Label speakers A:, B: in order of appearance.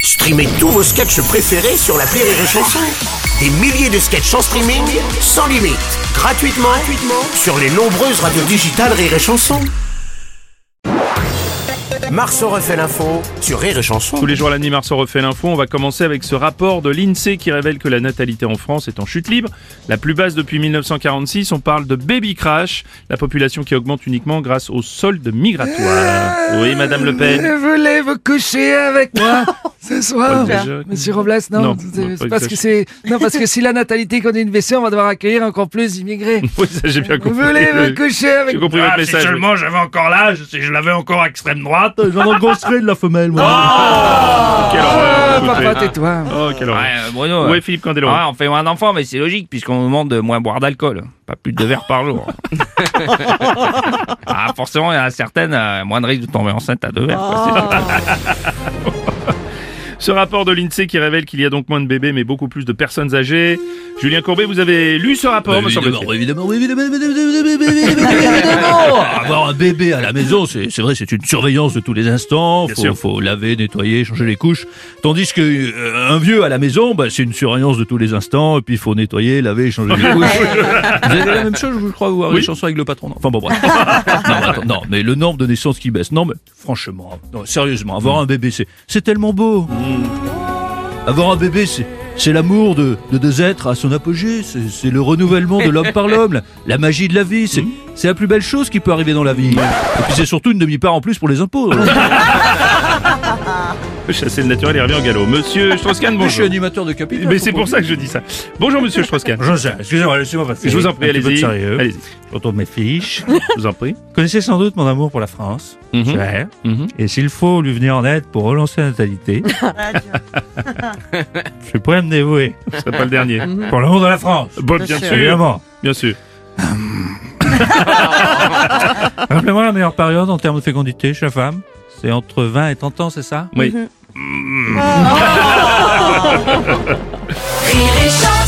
A: Streamez tous vos sketchs préférés sur la Rire et Chanson. Des milliers de sketchs en streaming, sans limite, gratuitement, gratuitement sur les nombreuses radios digitales Rire et Chanson. Marceau refait l'info sur Rire et Chanson.
B: Tous les jours à la nuit, Marceau refait l'info. On va commencer avec ce rapport de l'INSEE E qui révèle que la natalité en France est en chute libre, la plus basse depuis 1946. On parle de baby crash, la population qui augmente uniquement grâce aux soldes migratoires. Oui, Madame Le Pen.
C: voulez vous coucher avec moi ce soir
B: Ah. Pas déjà.
C: Monsieur Robles, non,
B: Non,
C: c'est-
B: non,
C: c'est
B: pas
C: parce que c'est non parce que si la natalité continue de baisser, on va devoir accueillir encore plus d'immigrés.
B: Oui, ça j'ai bien compris.
C: voulez vous
B: Oui.
C: coucher
B: J'ai
C: avec
B: compris votre
D: Ah, si
B: message. oui.
D: seulement j'avais encore l'âge, si je l'avais encore extrême droite.
E: J'en rencontrerai de la femelle, moi.
B: Oh, Quelle
C: Ah,
B: horreur, écoutez.
C: Papa, tais-toi.
B: Oh, quelle horreur.
D: Ouais, euh, Bruno.
B: Oui,
D: euh,
B: Philippe Candelo.
D: ouais, on fait moins d'enfants, mais c'est logique, puisqu'on nous demande de moins boire d'alcool. Pas plus de deux verres par jour. ah, forcément, il y en a certaines, euh, moins de risque de tomber enceinte à deux verres. quoi, c'est sûr.
B: Ce rapport de l'INSEE E qui révèle qu'il y a donc moins de bébés, mais beaucoup plus de personnes âgées. Julien Courbet, vous avez lu ce
D: Bah,
B: rapport, me semble-t-il.
E: évidemment, évidemment, évidemment, évidemment, évidemment, évidemment. Avoir un bébé à la maison, c'est c'est vrai, c'est une surveillance de tous les instants.
B: Bien
E: Faut,
B: sûr.
E: faut laver, nettoyer, changer les couches. Tandis que euh, un vieux à la maison, bah, c'est une surveillance de tous les instants. Et puis il faut nettoyer, laver, changer les couches. Vous avez la même chose, je crois, vous avez
B: Oui.
E: une chanson avec le patron. non Enfin bon, bref. non, mais attends, non, mais le nombre de naissances qui baisse. Non, mais franchement, non, sérieusement, avoir un bébé, c'est c'est tellement beau. Avoir un bébé, c'est, c'est l'amour de, de deux êtres à son apogée, c'est, c'est le renouvellement de l'homme par l'homme, la, la magie de la vie, c'est,
B: Hmm.
E: c'est la plus belle chose qui peut arriver dans la vie. Et puis c'est surtout une demi-part en plus pour les impôts.
B: Chasser le naturel et revient en galop. Monsieur Strauss-Kahn,
E: Moi, je suis
B: bonjour.
E: animateur de capital.
B: Mais c'est pour ça que je dis ça. Bonjour, monsieur Strauss-Kahn.
E: Je sais, excusez-moi, laissez-moi passer.
B: Je vous en prie,
E: Un petit peu de
B: allez-y.
E: sérieux.
B: Allez-y,
E: Je retourne mes fiches.
B: je vous en prie.
E: Vous connaissez sans doute mon amour pour la France.
B: Mhm.
E: Cher.
B: Mhm.
E: Et s'il faut lui venir en aide pour relancer la natalité, je suis prêt à me dévouer
B: Ce sera pas le dernier.
E: pour l'amour de la France.
B: Bon, Mhm. bien sûr.
E: Évidemment.
B: Bien sûr.
E: Rappelez-moi la meilleure période en termes de fécondité chez la femme. C'est entre 20 et 30 ans, c'est ça
B: Oui.
F: Rire et chanson